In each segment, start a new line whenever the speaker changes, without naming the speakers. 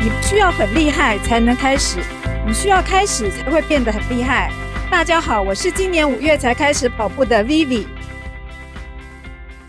你不需要很厉害才能开始，你需要开始才会变得很厉害。大家好，我是今年五月才开始跑步的 Vivi。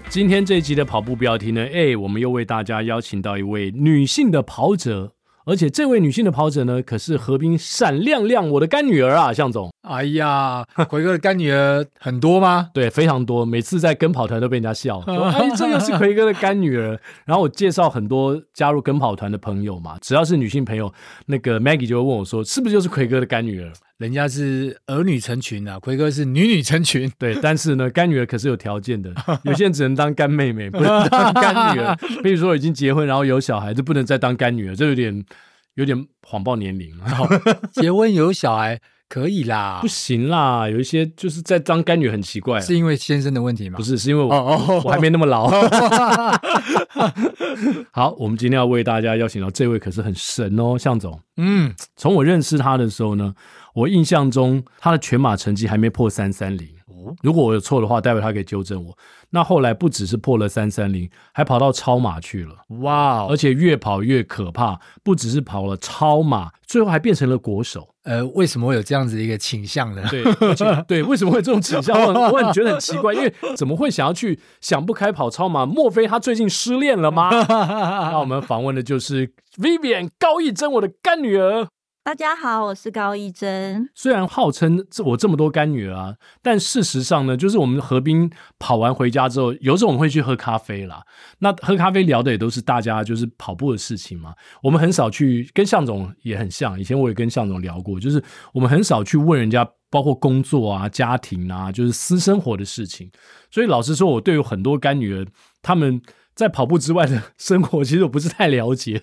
今天这一集的跑步标题呢，哎，我们又为大家邀请到一位女性的跑者，而且这位女性的跑者呢，可是河滨闪亮亮我的干女儿啊，向总。
哎呀， 奎哥的干女儿很多吗？
对，非常多。每次在跟跑团都被人家笑，说：“哎，这又是奎哥的干女儿。”然后我介绍很多加入跟跑团的朋友嘛，只要是女性朋友，那个 Maggie 就会问我说：“是不是就是奎哥的干女儿
人家是儿女成群啊，奎哥是女女 成群？”。
对，但是呢，干女儿可是有条件的，有些人只能当干妹妹，不能当干女儿。比如说已经结婚，然后有小孩，就不能再当干女儿，这有点有点谎报年龄，
结婚有小孩可以啦
不，行啦。有一些就是在当干女儿很奇怪、啊
是因为先生的问题吗？
不是，是因为我、
哦
我还没那么老。 好，我们今天要为大家邀请到这位可是很神哦，向总。
嗯，
从我认识他的时候呢，我印象中他的全马成绩还没破三三零。
哦
如果我有错的话，待会他可以纠正我。那后来不只是破了三三零，还跑到超马去了，
哇
而
哦，
且越跑越可怕。不只是跑了超马，最后还变成了国手。
呃，为什么会有这样子一个倾向呢？
对，而且对，为什么会有这种倾向？我很我很觉得很奇怪，因为怎么会想要去想不开跑超马？莫非他最近失恋了吗？ 那我们访问的就是 Vivian 高一真，我的干女儿。
大家好，我是高一真。
虽然号称这我这么多干女儿啊，但事实上呢，就是我们河滨跑完回家之后，有时候我们会去喝咖啡啦。那喝咖啡聊的也都是大家就是跑步的事情嘛。我们很少去跟向总也很像，以前我也跟向总聊过，就是我们很少去问人家，包括工作啊、家庭啊，就是私生活的事情。所以老实说，我对有很多干女儿他们。在跑步之外的生活，其实我不是太了解。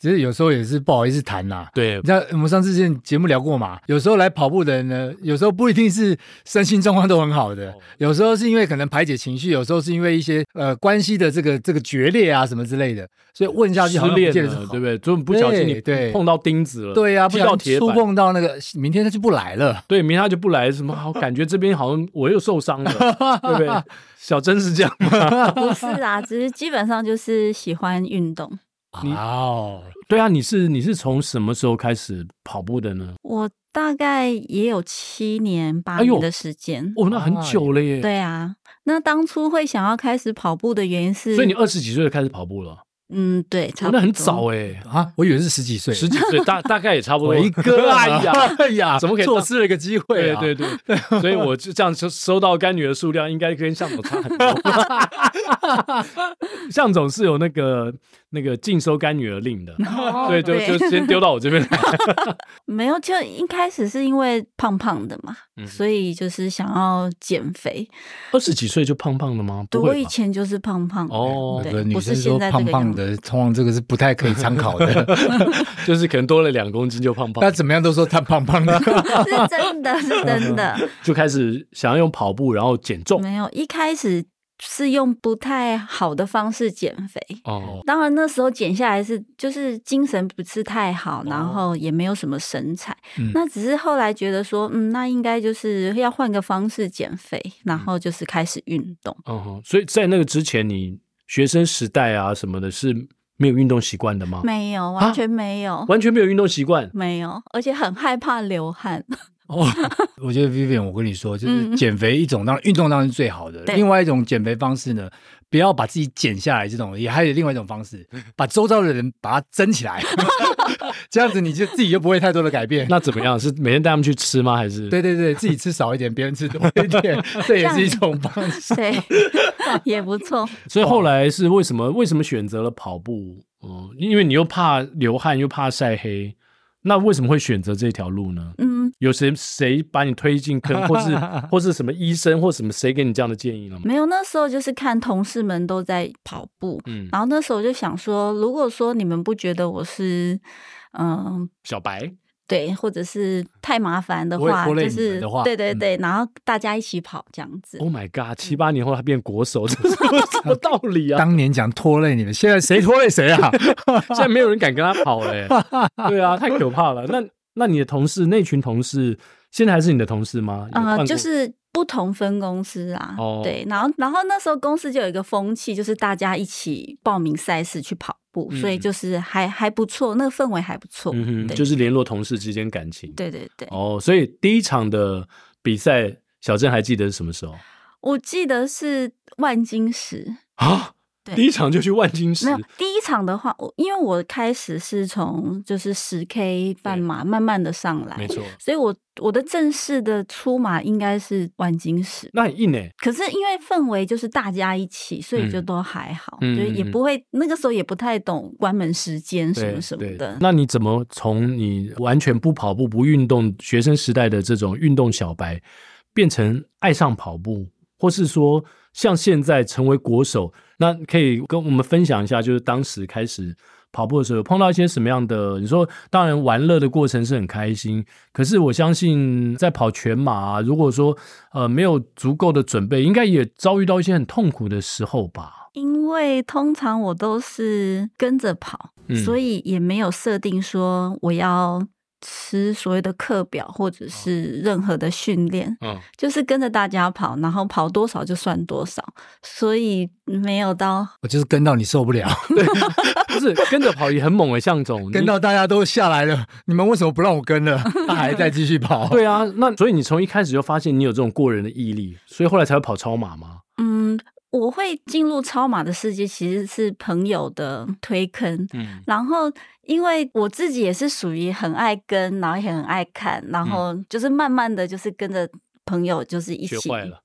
其实有时候也是不好意思谈啦。
对
你，知道我们上次之前节目聊过嘛？有时候来跑步的人呢，有时候不一定是身心状况都很好
哦
的，有时候是因为可能排解情绪，有时候是因为一些呃关系的这个这个决裂啊什么之类的，所以问下去
失
好像不
恋
见得是
了，
好
对不对？就不小心你
对对
碰到钉子了，
对呀、不
踢到
小
铁
心触
板，
碰到那个，明天他就不来了。
对，明天他就不来，什么 好？感觉这边好像我又受伤了，对不对？小珍是这样吗？
不是 啦，只是基本上就是喜欢运动。
哦，
对啊，你是你是从什么时候开始跑步的呢？
我大概也有七年八
哎呦
年的时间。
哦，那很久了耶。，
对啊，那当初会想要开始跑步的原因是，
所以你二十几岁就开始跑步了，
嗯，对，
哦
差不多
那很早哎，
啊，我以为是十几岁，
十几岁大大概也差不多。
一 个
哎呀，
哎呀，
怎么可以
错失了一个机会
对
啊？
对 对，所以我就这样收收到干女儿数量，应该跟向总差很多。 向总是有那个那个禁收干女儿令的，
哦
所以就就先丢到我这边来。
没有，就一开始是因为胖胖的嘛，
嗯
所以就是想要减肥。
二十几岁就胖胖的吗？
对，
不
我
会
以
吧？
前就是胖胖的，
哦
那
对
个女
不
生
是
说
现在这
胖
个样
胖
子。
的，通常这个是不太可以参考的。
就是可能多了两公斤就胖胖，
但怎么样都说她胖胖的，
是 真的，是
嗯
真的。
就开始想要用跑步然后减重。
没有，一开始是用不太好的方式减肥。
哦，
当然，那时候减下来是就是精神不是太好，然
哦
后也没有什么神采。
嗯
那只是后来觉得说，嗯，那应该就是要换个方式减肥，然后就是开始运动。
嗯哼，所以在那个之前，你学生时代啊什么的，是没有运动习惯的吗？
没有，
啊
完全没有，
完全没有运动习惯。
没有，而且很害怕流 汗。
嗯
哦，我觉得 Vivian，我跟你说，就
嗯
是减肥一种，当然运动当然是最好的。
对
另外一种减肥方式呢，不要把自己减下来，这种也还有另外一种方式，把周遭的人把它争起来， 这样子你就自己就不会太多的改变。
那怎么样？是每天带他们去吃吗？还是
对对对，自己吃少一点，别人吃多一点，这也是一种方式。
对，也不错。
所以后来是为什么为什么选择了跑步？嗯，因为你又怕流汗，又怕晒黑，那为什么会选择这条路呢？
嗯，
有谁谁把你推进坑，或 是或是什么医生或什么谁给你这样的建议了吗？
没有，那时候就是看同事们都在跑步，
嗯，
然后那时候我就想说，如果说你们不觉得我是，嗯，
小白，
对，或者是太麻烦的
不会
话，
拖累
就
你们
是
的话
对对
嗯
对，然后大家一起跑这样子。
Oh my god！七八年后他变国手，这是什么道理啊？
当年讲拖累你们，现在谁拖累谁啊？
现在没有人敢跟他跑了、欸。对啊，太可怕了。那那你的同事那群同事现在还是你的同事吗？有换
呃，
过
就是不同分公司啊，
哦
对，然后然后那时候公司就有一个风气，就是大家一起报名赛事去跑步，所以
嗯
就是还还不错，那个氛围还不错，
嗯哼，
对
就是联络同事之间感情。
对对对，
哦，所以第一场的比赛，小郑还记得是什么时候
我记得是万金石。
啊？
对
第一场就去万金石
没有第一场的话，我因为我开始是从就是十 K 半马慢慢的上来
没，错。
所以我我的正式的出马应该是万金石
那很硬哎、
可是因为氛围就是大家一起，所以就
嗯
都还好，
嗯
就是也
嗯嗯
不会那个时候也不太懂关门时间什
对
么什么
对
的。
那你怎么从你完全不跑步、不运动、学生时代的这种运动小白，变成爱上跑步，或是说像现在成为国手？那可以跟我们分享一下，就是当时开始跑步的时候，有碰到一些什么样的？你说，当然玩乐的过程是很开心，可是我相信在跑全马、啊，如果说呃没有足够的准备，应该也遭遇到一些很痛苦的时候吧？
因为通常我都是跟着跑，
嗯
所以也没有设定说我要吃所谓的课表或
哦
者是任何的训练，
嗯，
就是跟着大家跑，然后跑多少就算多少，所以没有到
我就是跟到你受不了，
不是跟着跑也很猛诶、向总，你
跟到大家都下来了，你们为什么不让我跟了？他还在继续跑。
对啊，那所以你从一开始就发现你有这种过人的毅力，所以后来才会跑超马吗？
嗯。我会进入超马的世界，其实是朋友的推坑，
嗯，
然后，因为我自己也是属于很爱跟，然后也很爱看，
嗯
然后就是慢慢的就是跟着朋友就是一
学
起，
坏了。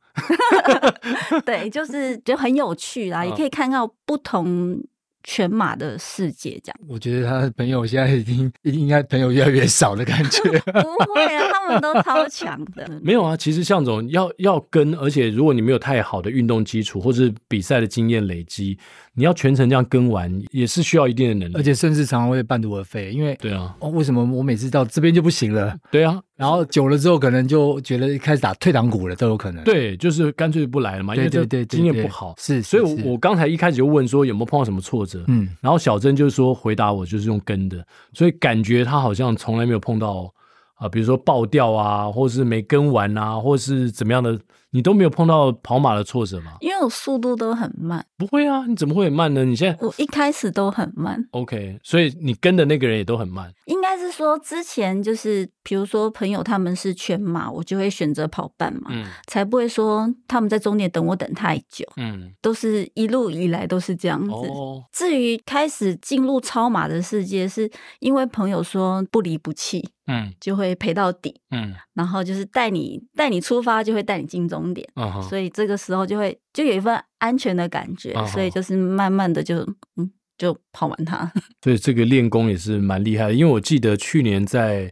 对，就是就很有趣啦，
嗯
也可以看到不同全马的世界这样。
我觉得他的朋友现在已经一定应该朋友越来越少的感觉。
不会啊，他们都超强的。
没有啊，其实向总要要跟，而且如果你没有太好的运动基础或是比赛的经验累积，你要全程这样跟完也是需要一定的能力。
而且甚至常常会半途而废，因为
对啊，
哦，为什么我每次到这边就不行了？
对啊，
然后久了之后，可能就觉得开始打退堂鼓了，都有可能。
对，就是干脆不来了嘛，因
对
为
对
这
对，对
经验
对
不好。
是，
所以
是
我我刚才一开始就问说有没有碰到什么挫折，
嗯，
然后小珍就说回答我就是用跟的，所以感觉他好像从来没有碰到啊、比如说爆掉啊，或是没跟完啊，或是怎么样的，你都没有碰到跑马的挫折吗？
因为我速度都很慢，
不会啊，你怎么会很慢呢？你现在
我一开始都很慢，
OK，所以你跟的那个人也都很慢，
应该是说之前就是，比如说朋友他们是全马，我就会选择跑半马，
嗯
才不会说他们在终点等我等太久。
嗯，
都是一路以来嗯都是这样子。
哦，
至于开始进入超马的世界，是因为朋友说不离不弃，
嗯
就会陪到底，
嗯
然后就是带你带你出发，就会带你进终点。
嗯哼，
所以这个时候就会就有一份安全的感觉，
嗯哼
所以就是慢慢的就嗯就跑完它。
所以这个练功也是蛮厉害的，因为我记得去年在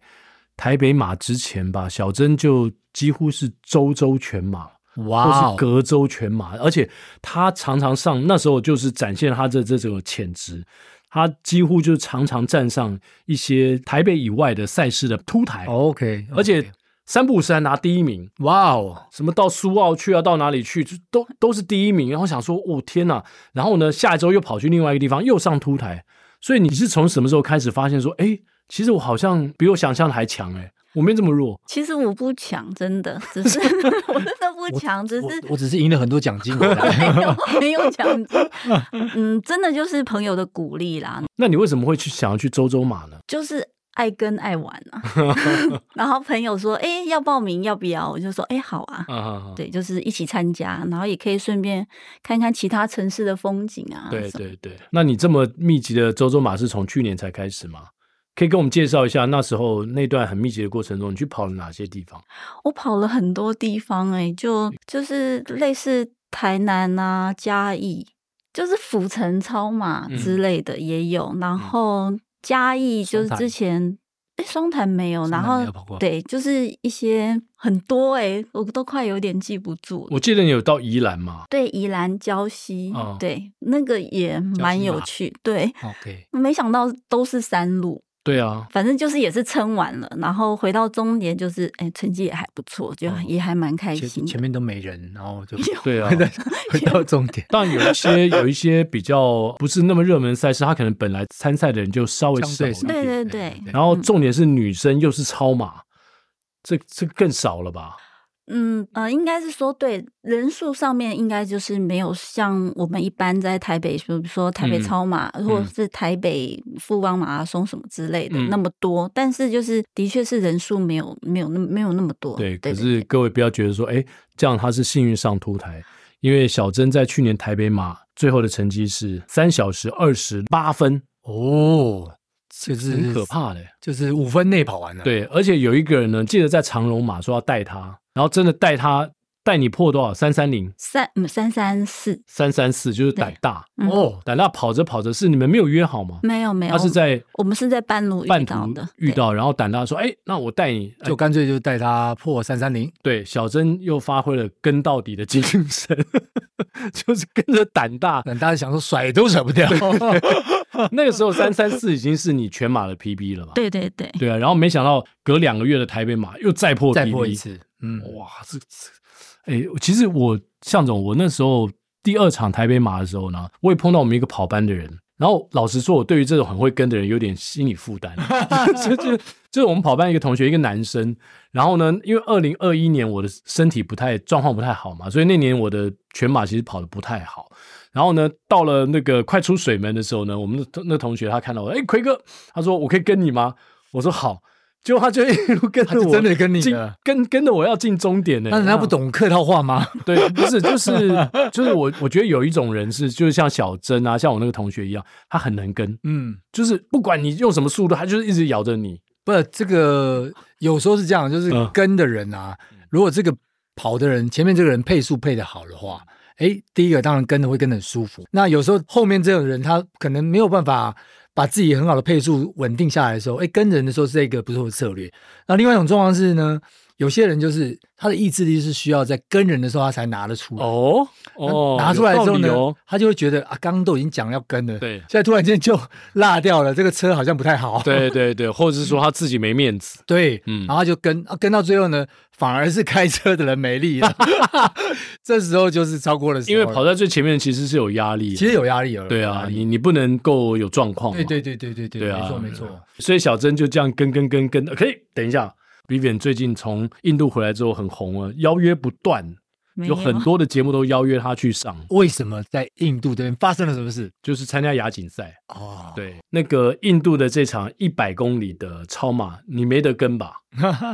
台北马之前吧，小珍就几乎是周周全马。
哇
或是
哦，
隔周全马，而且他常常上，那时候就是展现他的这种潜质，他几乎就是常常站上一些台北以外的赛事的凸台，
OK，
而且三不五时还拿第一名，
哇哦，
什么到苏澳去啊，到哪里去，就都都是第一名。然后想说，哦天哪！然后呢，下一周又跑去另外一个地方，又上凸台。所以你是从什么时候开始发现说，哎，其实我好像比我想象的还强哎、诶我没这么弱。
其实我不强，真的，只是我真的不强，只
我
是
我只是赢了很多奖金回来。
没有没有强。嗯，真的就是朋友的鼓励啦，
那你为什么会去想要去周周马呢？
就是爱跟爱玩啊。 然后朋友说：“哎、要报名要不要？”我就说：“哎、好啊。
嗯嗯嗯，
对，就是一起参加，然后也可以顺便看看其他城市的风景啊。
对
什么
对对。那你这么密集的周周马是从去年才开始吗？可以跟我们介绍一下那时候那段很密集的过程中，你去跑了哪些地方？
我跑了很多地方、哎，就
嗯
就是类似台南啊、嘉义，就是府城超马之类的也有，然后嘉义就
嗯
是
双潭
之前。哎，双潭没有，
双
然
潭
后
没有跑过
对，就是一些很多哎、我都快有点记不住了。
我记得你有到宜兰嘛？
对，宜兰礁溪，
哦
对，那个也蛮有趣。对，
OK，
没想到都是山路，
对啊，
反正就是也是撑完了，然后回到终点就是，哎，成绩也还不错，就
哦
也还蛮开心
前
的。
前面都没人，然后 就
对啊。
回到终点。
当然有一 些有一些比较不是那么热门的赛事，他可能本来参赛的人就稍微
相
少一
对少
点，
对对
对
对
对
然后重点嗯是女生又是超马，这这更少了吧？
嗯呃，应该是说对人数上面，应该就是没有像我们一般在台北，比如说台北
嗯
超马、或者
嗯
是台北富邦马拉松什么之类的、
嗯
那么多，但是就是的确是人数没有没有那么没有那么多。
对，
对
可
对
是各位不要觉得说，哎，这样他是幸运上凸台，因为小珍在去年台北马最后的成绩是三小时二十八分，
哦，就是
很可，怕的。
就是五分内跑完了。，
对，而且有一个人呢，记得在长龙马说要带他，然后真的带他，带你破多少？三三零、
三嗯三三四
三三四，就是
对
胆大，
嗯
哦，
胆大跑着跑着是你们没有约好吗？
没有没有，
他是在
我们是在半路遇
半
到
途
的，
遇
对
到，然后胆大说：“哎，那我带你。
嗯
哎
就干脆就带他破三三零。
对，小珍又发挥了跟到底的精神， 就是跟着胆大。
但大家想说甩都甩不掉，
那个时候三三四已经是你全马的 PB 了吧？
对对对，
对啊，然后没想到隔两个月的台北马又再破 PB，
再破一次。嗯，
哇，这这，哎、其实我向总，我那时候第二场台北马的时候呢，我也碰到我们一个跑班的人。然后老实说，我对于这种很会跟的人有点心理负 担，就就就是我们跑班一个同学，一个男生。然后呢，因为二零二一年我的身体不太状况不太好嘛，所以那年我的全马其实跑的不太好。然后呢，到了那个快出水门的时候呢，我们的同那同学他看到我，哎，奎哥，他说我可以跟你吗？我说好。结果他就一路跟
他
着
就
我，
真的跟你
进嗯
了。
跟跟着我要进终点呢、
那人家不，懂客套话吗？
对，不是，就是就是我我觉得有一种人是，就是像小珍啊，像我那个同学一样，他很能跟，
嗯，
就是不管你用什么速度，他就是一直咬着你。
不，这个有时候是这样，就是
嗯
跟的人啊，如果这个跑的人前面这个人配速配的好的话，哎，第一个当然跟的会跟的很舒服。那有时候后面这个人他可能没有办法把自己很好的配速稳定下来的时候，哎，跟人的时候是一个不错的策略。那另外一种状况是呢，有些人就是他的意志力是需要在跟人的时候他才拿得出来。
哦哦，
拿出来之后呢，
有道理 哦
他就会觉得啊，刚刚都已经讲要跟了，
对
现在突然间就落掉了，这个车好像不太好。
对对对，或者是说他自己没面子，
对，
嗯
然后他就跟、啊、跟到最后呢，反而是开车的人没力了， 这时候就是超过了时
因
候了，
为跑在最前面其实是有压力的，
其实有压力了，
对
有压
啊，
力
你你不能够有状况嘛，
对对对对对对，
对啊
没错没错，
所以小珍就这样跟跟跟跟，呃可以等一下。Vivian 啊最近从印度回来之后很红啊，邀约不断，
没
有很多的节目都邀约他去上，
为什么在印度这边发生了什么事？
就是参加亚锦赛。
哦，
对，那个印度的这场一百公里的超马，你没得跟 吧？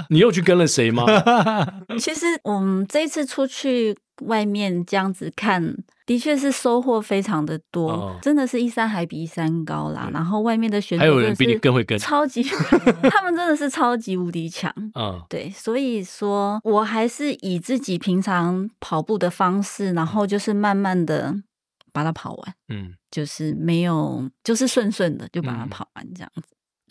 你又去跟了谁吗？
其实我们这一次出去外面这样子看，的确是收获非常的多，
哦
真的是一山还比一山高啦。然后外面的选手
还有人比你更会跟
真的是超 级，他们真的是超级无敌强。
嗯，
对，所以说我还是以自己平常跑步的方式，然后就是慢慢的把它跑完，
嗯，
就是没有，就是顺顺的就把它
嗯
跑完这样子。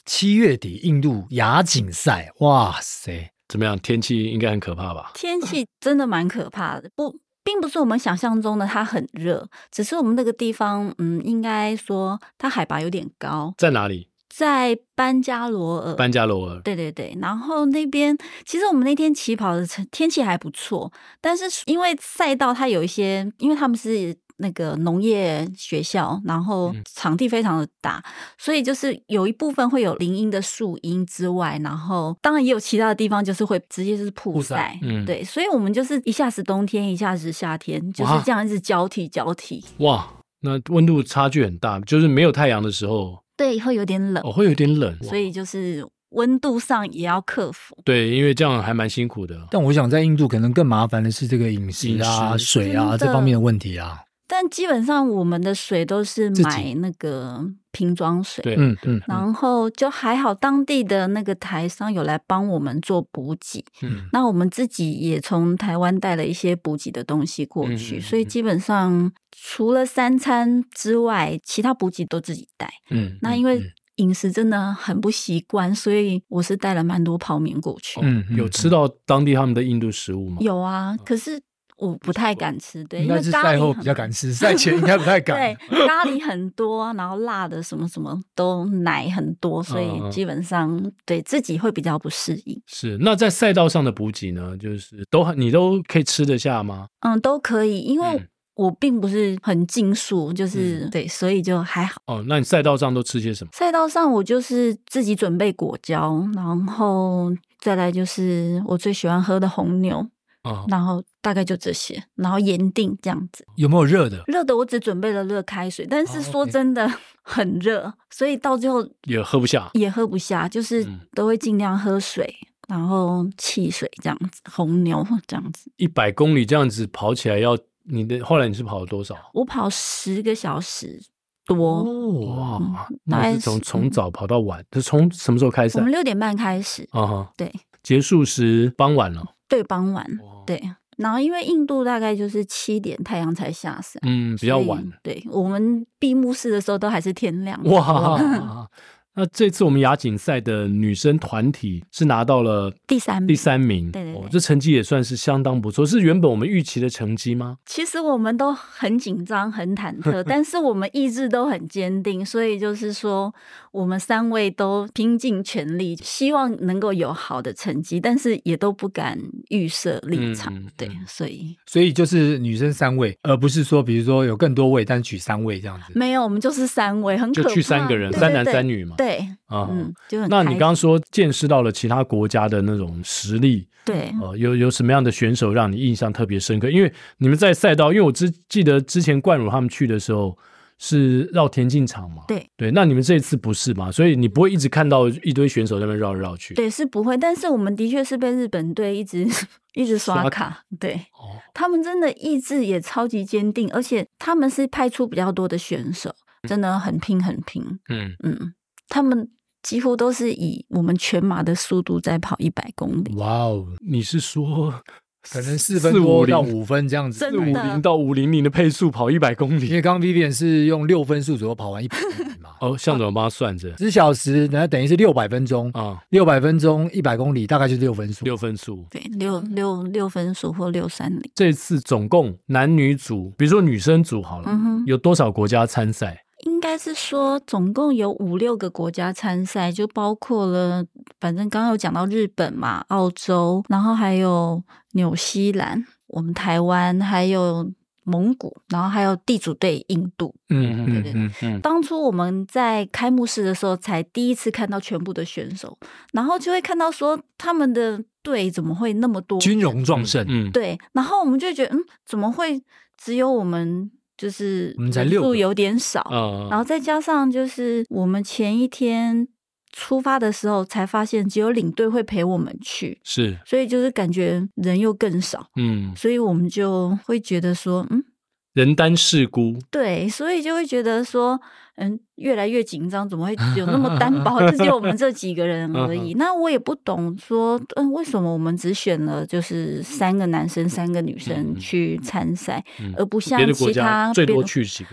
七月底印度亚锦赛，哇塞，
怎么样？天气应该很可怕吧？
天气真的蛮可怕的，不，并不是我们想象中的它很热，只是我们那个地方，嗯，应该说它海拔有点高，
在哪里？
在班加罗尔。
班加罗尔。
对对对，然后那边其实我们那天起跑的成天气还不错，但是因为赛道它有一些，因为他们是那个农业学校，然后
嗯
场地非常的大，所以就是有一部分会有林荫的树荫之外，然后当然也有其他的地方就是会直接就是曝
曝晒
晒，
嗯
对，所以我们就是一下子冬天，一下子夏天，就是
哇
这样一直交替交替，
哇，那温度差距很大，就是没有太阳的时候，哦
对，会有点冷，
我、会有点冷。
呃所以就是温度上也要克服。
对，因为这样还蛮辛苦的。哦
但我想在印度可能更麻烦的是这个饮食啊、
饮食
水啊
真的
这方面的问题啊。
但基本上我们的水都是
自己
买那个瓶装水，
对
嗯嗯，
然后就还好，当地的那个台商有来帮我们做补给，
嗯
那我们自己也从台湾带了一些补给的东西过
嗯
去，
嗯嗯
所以基本上除了三餐之外，其他补给都自己带。
嗯
那因为饮食真的很不习惯，所以我是带了蛮多泡面过去。
嗯
嗯，
有吃到当地他们的印度食物吗？
有啊，可是我不太敢吃，对，
哦应
因为
该是
咖
赛
喱
后
很
比较敢吃，赛前应该不太敢
对。，咖喱很多，然后辣的什么什么都奶很多，
嗯
所
嗯
以
嗯
基本上对自己会比较不适应。
是，那在赛道上的补给呢，就是都很你都可以吃得下吗？
嗯，都可以，因为
嗯
我并不是很竞速，就是、对，所以就还好。
哦，那你赛道上都吃些什么？
赛道上我就是自己准备果胶，然后再来就是我最喜欢喝的红牛，
啊、
然后大概就这些，然后盐定这样子。
有没有热的？
热的我只准备了热开水，但
哦
是说
，OK
真的 很热，所以到最后
也喝不下。
也喝不下，就是
嗯
都会尽量喝水，然后汽水这样子，红牛 这样子。
一百公里这样子跑起来要，你的后来你是跑了多少？
我跑十个小时多，
哦，
哇，
嗯大
那
概
是从
是
从
嗯
早跑到晚，是从什么时候开始啊
我们？六点半开始，
啊哈，
对
结束时傍晚了。
对，傍晚
哇，
对。然后因为印度大概就是七点太阳才下山，
嗯，比较
所以
晚。。
对我们闭幕式的时候都还是天亮。
哇，那这次我们亚锦赛的女生团体是拿到了
第三名
第三名，
对对对
哦，这成绩也算是相当不错，是原本我们预期的成绩吗？
其实我们都很紧张、很忐忑，但是我们意志都很坚定，所以就是说，我们三位都拼尽全力，希望能够有好的成绩，但是也都不敢预设立场。
嗯嗯
对
嗯，
所以
所以就是女生三位，而不是说比如说有更多位，但取三位这样子。
没有，我们就是三位，很可
就
怕。
去三个人，
对
三男三。
对
女嘛。
对对，
啊
嗯，就很
那你
开
刚刚说见识到了其他国家的那种实力，
对
呃，有有什么样的选手让你印象特别深刻？因为你们在赛道，因为我之记得之前冠儒他们去的时候是绕田径场嘛，
对
对，那你们这一次不是嘛？所以你不会一直看到一堆选手在那边绕来绕去。
对是不会，但是我们的确是被日本队一直一直刷
刷
卡，
卡
对
哦，
他们真的意志也超级坚定，而且他们是派出比较多的选手，真的很拼很拼。
嗯，
嗯，他们几乎都是以我们全马的速度在跑一百公
嗯
里，
哇哦，
你是说
可能四分
四五
多
零
到五分这样子。
真
四
的
五零到五零零的配速跑一百公
因
里？，
为刚刚 Vivian 是用六分数左右跑完一百公里 嘛
哦，向总帮他算着
十小时那等于是六百分钟，
啊，
六百分钟一百公里大概就是六分数。
六分数。
对，六六六分数或六三零。
这次总共男女组，比如说女生组好了，
嗯哼
有多少国家参赛？
应该是说，总共有五六个国家参赛，就包括了，反正刚刚有讲到日本嘛、澳洲，然后还有纽西兰，我们台湾，还有蒙古，然后还有地主队印度。
嗯
对对
嗯嗯
当初我们在开幕式的时候，才第一次看到全部的选手，然后就会看到说他们的队怎么会那么多
军容壮盛，
嗯，
对，然后我们就会觉得，嗯，怎么会只有我们就是
我们才
人
六
数
个
有点少，
嗯
然后再加上就是我们前一天出发的时候才发现，只有领队会陪我们去，
是
所以就是感觉人又更少，
嗯，
所以我们就会觉得说，嗯，
人单势孤，
对，所以就会觉得说，嗯，越来越紧张，怎么会有那 么单薄？就只有我们这几个人
嗯
而已。那我也不懂说，嗯，为什么我们只选了就是三个男生、三个女
嗯
生
嗯
去参赛，
嗯
而不像
别的国
其
家
他
最
别
多
的
去几个？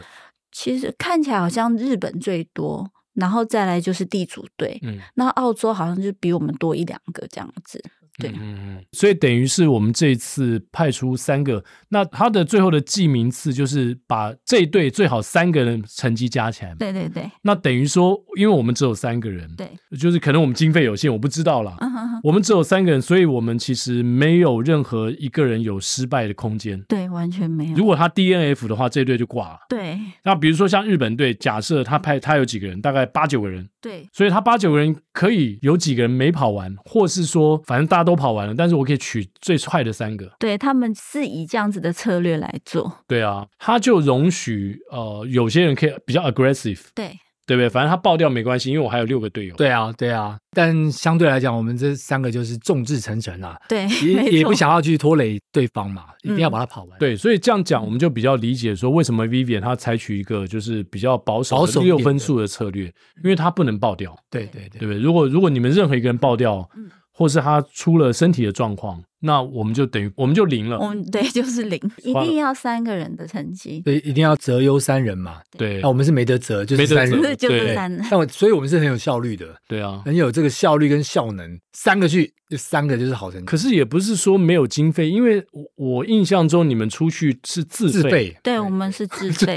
其实看起来好像日本最多，然后再来就是地主队，
嗯，
那澳洲好像就比我们多一两个这样子。对
嗯嗯嗯，所以等于是我们这一次派出三个，那他的最后的记名次就是把这一队最好三个人成绩加起来嘛。
对对对，
那等于说，因为我们只有三个人，
对，
就是可能我们经费有限，我不知道啦。
嗯哼哼，
我们只有三个人，所以我们其实没有任何一个人有失败的空间。
对，完全没有
如。果他 DNF 的话，这队就挂了。
对
那比如说像日本队，假设他派他有几个人，大概八九个人，
对
所以他八九个人可以有几个人没跑完，或是说反正大家都跑完了，但是我可以取最快的三个。
对，他们是以这样子的策略来做。
对啊，他就容许呃有些人可以比较呃 aggressive，
对
对不对？反正他爆掉没关系，因为我还有六个队友。
对啊，对啊，但相对来讲，我们这三个就是众志成城啊，
对，
也
没
也不
错
想要去拖累对方嘛，一定要把它跑完。，
嗯对，所以这样讲，我们就比较理解说为什么 Vivian 他采取一个就是比较保守
保
的
守一
六
点
分
的
数的策略，因为他不能爆掉，
对对
对
对，
不对？如果如果你们任何一个人爆掉，
嗯
或是他出了身体的状况，那我们就等于我们就零了。
哦
我们对就是零，一
花了
定要三个人的成绩，
所以一定要择优三人嘛。
对
那我们是没得择，就
没
是
得
三
择
人。
就是就
对
是三，
但我所以我们是很有效率的，
对啊，
很有这个效率跟效能，三个去就三个就是好成绩。
可是也不是说没有经费，因为我我印象中你们出去是自
自
费，
费，
对我们是自费，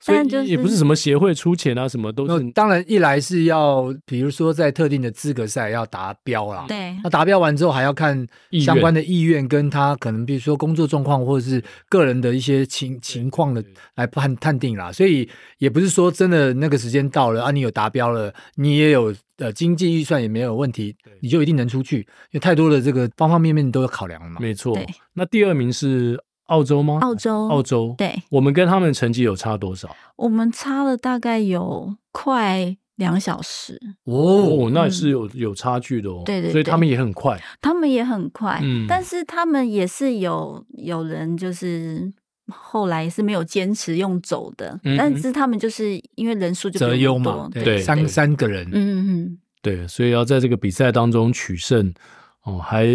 所
但就
以也不是
是
什么协会出钱啊，什么都
那
是。
当然一来是要，比如说在特定的资格赛要达标啦。
对
那达标完之后还要看
意愿
相关的意愿，跟他可能比如说工作状况或者是个人的一些情情况的来判判定啦。所以也不是说真的那个时间到了啊，你有达标了，你也有呃经济预算也没有问题，你就一定能出去，因为太多的这个方方面面都有考量了嘛。
没错
对。
那第二名是澳洲吗？
澳洲
澳洲。
对
我们跟他们成绩有差多少？
我们差了大概有快两小时，
哦，那也
嗯
是有有差距的哦。
对对
所以他
对
们也很快。
他们也很快，
嗯
但是他们也是有有人就是后来是没有坚持用走的，
嗯
但是他们就是因为人数就比我
择
们
优嘛
多，
对
三三个人，
嗯嗯
对，所以要在这个比赛当中取胜哦，还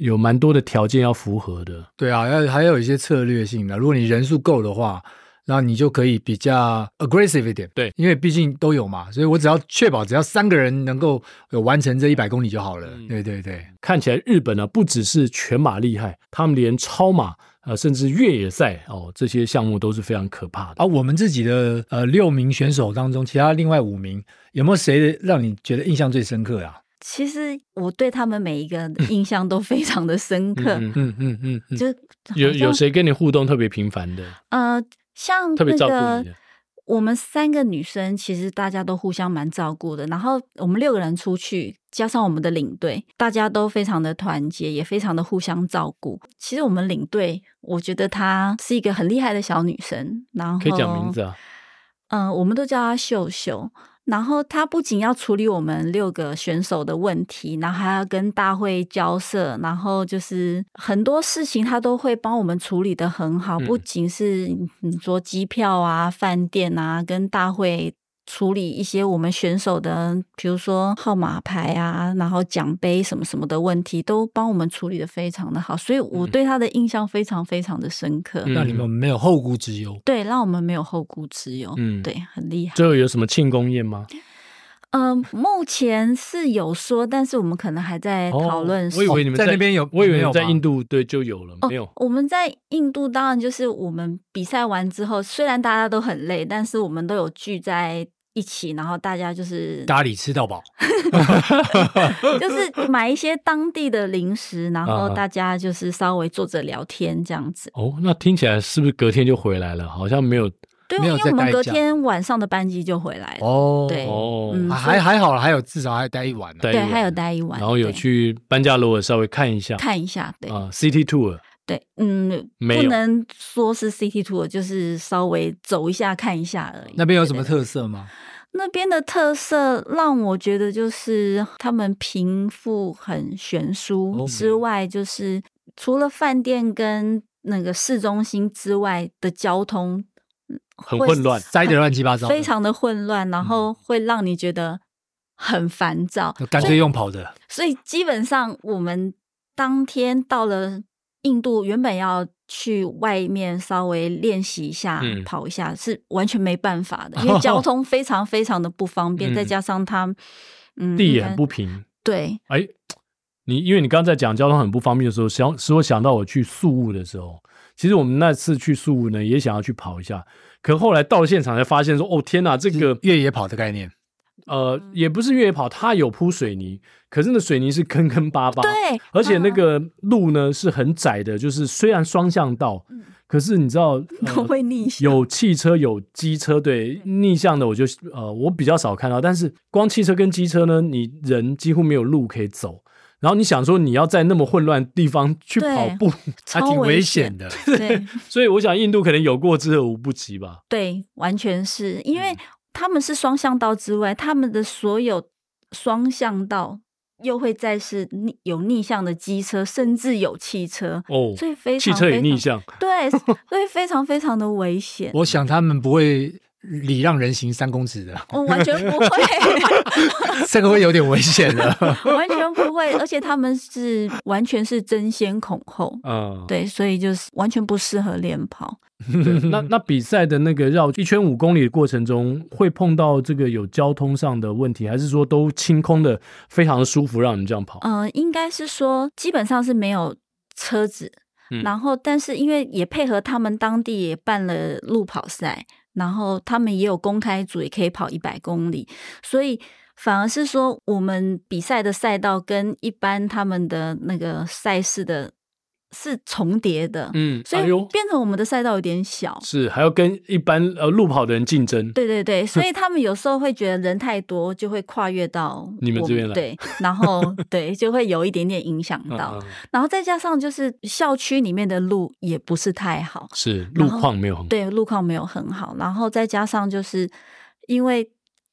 有蛮多的条件要符合的。
对啊，要还有一些策略性的。如果你人数够的话，然后你就可以比较 aggressive 一点。
对
因为毕竟都有嘛，所以我只要确保只要三个人能够有完成这一百公里就好了。
嗯
对对对，
看起来日本啊呢，不只是全马厉害，他们连超马呃，甚至越野赛哦这些项目都是非常可怕的。
啊，我们自己的呃六名选手当中，其他另外五名有没有谁的让你觉得印象最深刻啊？
其实我对他们每一个印象都非常的深刻，
嗯嗯嗯
嗯嗯嗯嗯，
就
有
好像
有谁跟你互动特别频繁的？
呃，像
特别
那
照顾
个
你的
我们三个女生，其实大家都互相蛮照顾的。然后我们六个人出去，加上我们的领队，大家都非常的团结，也非常的互相照顾。其实我们领队，我觉得她是一个很厉害的小女生。然后
可以讲名字啊？
嗯、我们都叫她秀秀。然后她不仅要处理我们六个选手的问题，然后还要跟大会交涉，然后就是很多事情她都会帮我们处理的很好，
嗯
不仅是你说机票啊、饭店啊，跟大会。处理一些我们选手的，比如说号码牌啊，然后奖杯什么什么的问题，都帮我们处理的非常的好，所以我
嗯
对她的印象非常非常的深刻。
嗯
让你们没有后顾之忧。
对，让我们没有后顾之忧。
嗯
哦对，很厉害。
最后有什么庆功宴吗？
嗯，目前是有说，但是我们可能还在讨论、哦
哦。我以为你们
在那边有
我以为你们在
没有吧
印度对就有了，没有。
我们在印度，当然就是我们比赛完之后，虽然大家都很累，但是我们都有聚在一起，然后大家就是
咖喱吃到饱，
就是买一些当地的零食，然后
啊
大家就是稍微坐着聊天这样子。
哦，那听起来是不是隔天就回来了？好像没有
对，哦
没
因
有
为
再
我
待
们
一
隔
下
天晚上的班机就回来了。
哦
对
哦，
嗯
啊还还好了，还有至少还待一晚啊呢、
待一
对，
晚
还有待一晚，
然后有
对
去班加罗尔稍微看一下，
看一下，对、
啊，City Tour，
对，嗯，
没有
不能说是 City Tour，就是稍微走一下看一下而已。
那边有什么
对
特色吗？
那边的特色让我觉得就是他们贫富很悬殊
哦
OK
之外，就是除了饭店跟那个市中心之外的交通嗯
很嗯
会
混乱
塞得乱七八糟的，
非常的混乱，然后会让你觉得很烦躁。
干脆用跑的。
所以基本上我们当天到了印度，原本要去外面稍微练习一下、
嗯哦
跑一下，是完全没办法的，因为交通非常非常的不方便，
嗯
再加上它，嗯，
地
应
也
该
很不平。
对，
哎，你因为你刚才讲交通很不方便的时候，想使我想到我去宿务的时候，其实我们那次去宿务呢，也想要去跑一下，可后来到了现场才发现说，哦天哪，这个
越野跑的概念，
呃
嗯
也不是越野跑，它有铺水泥，可是那水泥是坑坑巴巴，
对，
而且那
嗯
个路呢是很窄的，就是虽然双向道，
嗯
可是你知道、呃
都会逆向
有汽车有机车，对逆向的我就呃我比较少看到，但是光汽车跟机车呢，你人几乎没有路可以走。然后你想说你要在那么混乱的地方去
对
跑步，
它
超
啊挺危
危
险的。
对
所以我想印度可能有过之而无不及吧。嗯
对，完全是因为他们是双向道之外，他们的所有双向道又会再是逆有逆向的机车，甚至有汽车，
哦，
所以非
汽
常
车也
非
逆
常
向，
对，所以非常非常的危险。
我想他们不会礼让人行三公尺的，
我完全不会，
这个会有点危险 的。
完全不会，而且他们是完全是争先恐后，
嗯，
对，所以就是完全不适合练跑。
对那那比赛的那个绕一圈五公里的过程中，会碰到这个有交通上的问题，还是说都清空的非常的舒服，让你们这样跑？
嗯、应该是说基本上是没有车子，
嗯
然后但是因为也配合他们当地也办了路跑赛，然后他们也有公开组，也可以跑一百公里，所以反而是说我们比赛的赛道跟一般他们的那个赛事的是重叠的，
嗯，
所以
哎呦，
变成我们的赛道有点小。
是还要跟一般呃路跑的人竞争，
对 对对，所以他们有时候会觉得人太多，就会跨越到
你们
我
这边来
对，然后对就会有一点点影响
嗯，
到
嗯，嗯
然后再加上就是校区里面的路也不是太好，
是路况没有很好，
对，路况没有很好，然后再加上就是因为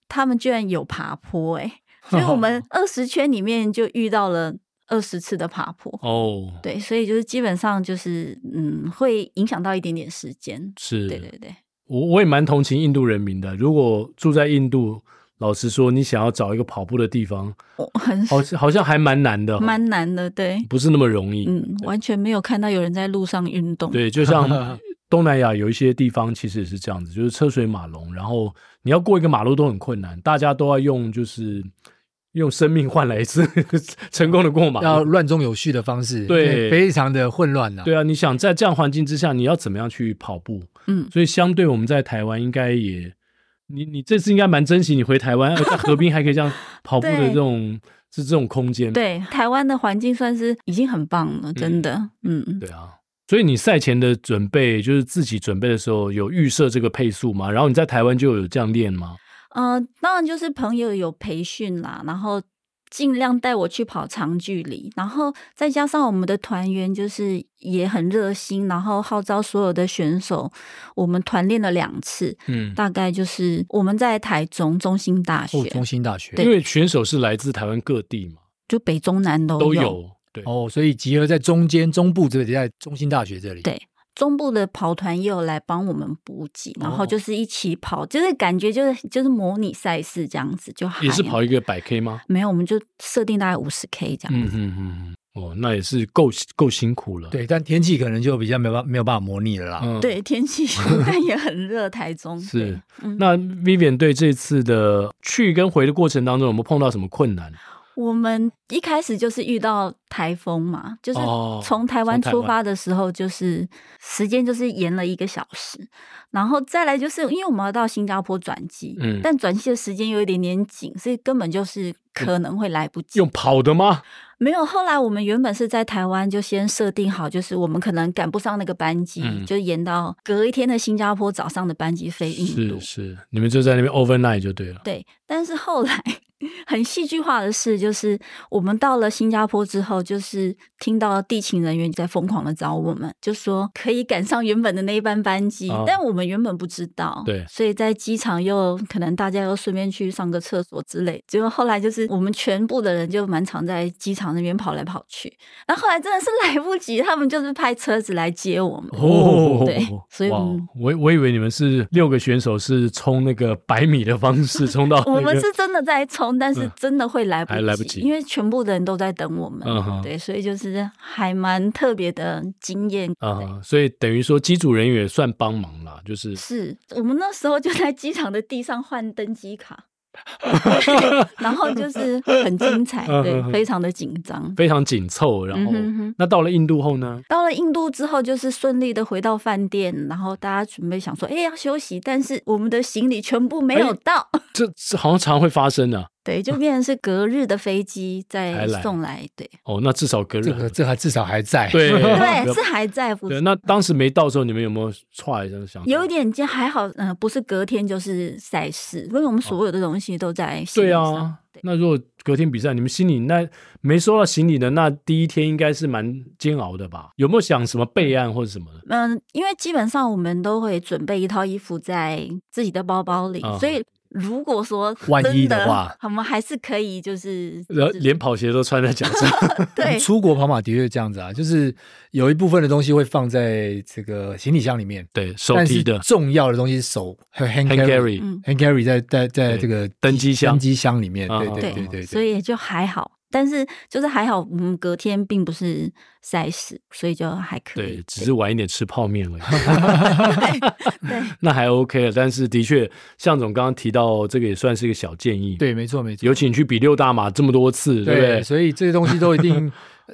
他们居然有爬坡、欸，所以我 们二十圈里面就遇到了二十次的爬坡。
哦，
对，所以就是基本上就是，嗯，会影响到一点点时间。
是，
对对对，
我我也蛮同情印度人民的。如果住在印度，老实说，你想要找一个跑步的地方，
我哦很
好像好像还蛮难的，哦
蛮难的，对，
不是那么容易。
嗯，完全没有看到有人在路上运动。
对，就像东南亚有一些地方其实也是这样子，就是车水马龙，然后你要过一个马路都很困难，大家都要用就是用生命换来一次 成功的过马
要
路。
乱中有序的方式，
对
非常的混乱呐、
对啊，你想在这样环境之下，你要怎么样去跑步？
嗯，
所以相对我们在台湾应该也，你你这次应该蛮珍惜你回台湾，而在河滨还可以这 样跑步的
对
这种是这种空间。
对，台湾的环境算是已经很棒了，真的，嗯嗯
对啊，所以你赛前的准备就是自己准备的时候有预设这个配速吗？然后你在台湾就有这样练吗？
呃，当然就是朋友有培训啦，然后尽量带我去跑长距离，然后再加上我们的团员就是也很热心，然后号召所有的选手，我们团练了两次，
嗯，
大概就是我们在台中中心大
哦，中
学，
心大学
对
因为选手是来自台湾各地嘛，
就北中南都
都
有。
有。对，
哦，所以集合在中间中部这里，在中心大学这里。
对中部的跑团也有来帮我们补给，然后
哦
就是一起跑，就是感觉就是就是模拟赛事这样子就好。
也是跑一个百 K 吗？
没有，我们就设定大概五十 K 这样
嗯
子。
嗯嗯，嗯哦，那也是够够辛苦了。，
对，但天气可能就比较没有办没有办法模拟了啦。
嗯，
对，天气但也很热，台中
是
对。嗯
那 Vivian 对这次的去跟回的过程当中，有没有碰到什么困难？
我们一开始就是遇到台风嘛，就是
哦
从台湾
从台湾
出发的时候，就是时间就是延了一个小时，然后再来就是因为我们要到新加坡转机，
嗯
但转机的时间有一点点紧，所以根本就是可能会来不及。
用跑的吗？
没有，后来我们原本是在台湾就先设定好，就是我们可能赶不上那个班机，
嗯
就延到隔一天的新加坡早上的班机飞印度
是。是，你们就在那边 overnight 就对了。
对，但是后来 很戏剧化的事就是，我们到了新加坡之后，就是听到地勤人员在疯狂的找我们，就说可以赶上原本的那一班班机，
哦
但我们原本不知道，
对
所以在机场又可能大家又顺便去上个厕所之类，结果后来就是我们全部的人就蛮常在机场那边跑来跑去，然后后来真的是 来不及，他们就是派车子来接我们，哦对，所以
哦哇哦
我们。
我我以为你们是六个选手是冲那个百米的方 式冲哦到、那个
我们是真的在冲，但是
嗯
真的会来不及，
还来不及
因为全部的人都在等我们。
嗯哼
对，所以就是还蛮特别的经验。
啊、所以等于说机组人员也算帮忙啦，就是
是我们那时候就在机场的地上换登机 卡，然后就是很精彩，
嗯
对
嗯嗯，
非常的紧张。
非常紧凑。然后、
嗯哼哼
那到了印度后呢？
到了印度之后，就是顺利的回到饭店，然后大家准备想说，哎、要休息，但是我们的行李全部没
哎
有到，
这这好像常会发生啊。
对，就变成是隔日的飞机
还
再
来
送来，对，
哦，那至少隔日
这个这还至少还在。
对
对，是还在，不
对。
是
那当时没到的时候，你们有没有歘一下想？
有一点，就还好，嗯、不是隔天就是赛事，因为我们所有的东西都在行
对
李上。
啊
对。
那如果隔天比赛，你们心里那没收到行李的那第一天，应该是蛮煎熬的吧？有没有想什么备案或者什么的？
嗯，因为基本上我们都会准备一套衣服在自己的包包里，
啊
所以如果说
万一
真
的话，
我们还是可以就是
然后呃连跑鞋都穿在脚 上，
对
出国跑马的确这样子啊，就是有一部分的东西会放在这个行李箱里面，
对手
但
提
是
的
重要的东西是手还有 hand
hand
carry。
carry，
嗯，
hand carry 在在在
对
这个
登机箱
登机箱里面，
啊
对
啊
对
对
对对
所
对，
以也就还好。但是就是还好，我们隔天并不是塞死，所以就还可以
对，。只是晚一点吃泡面 而已。
对，
那还 OK 了，但是的确，向总刚刚提到这个也算是一个小建议。，
对没错没错，
尤其你去比六大马这么多次，对不对？
所以这些东西都一 定，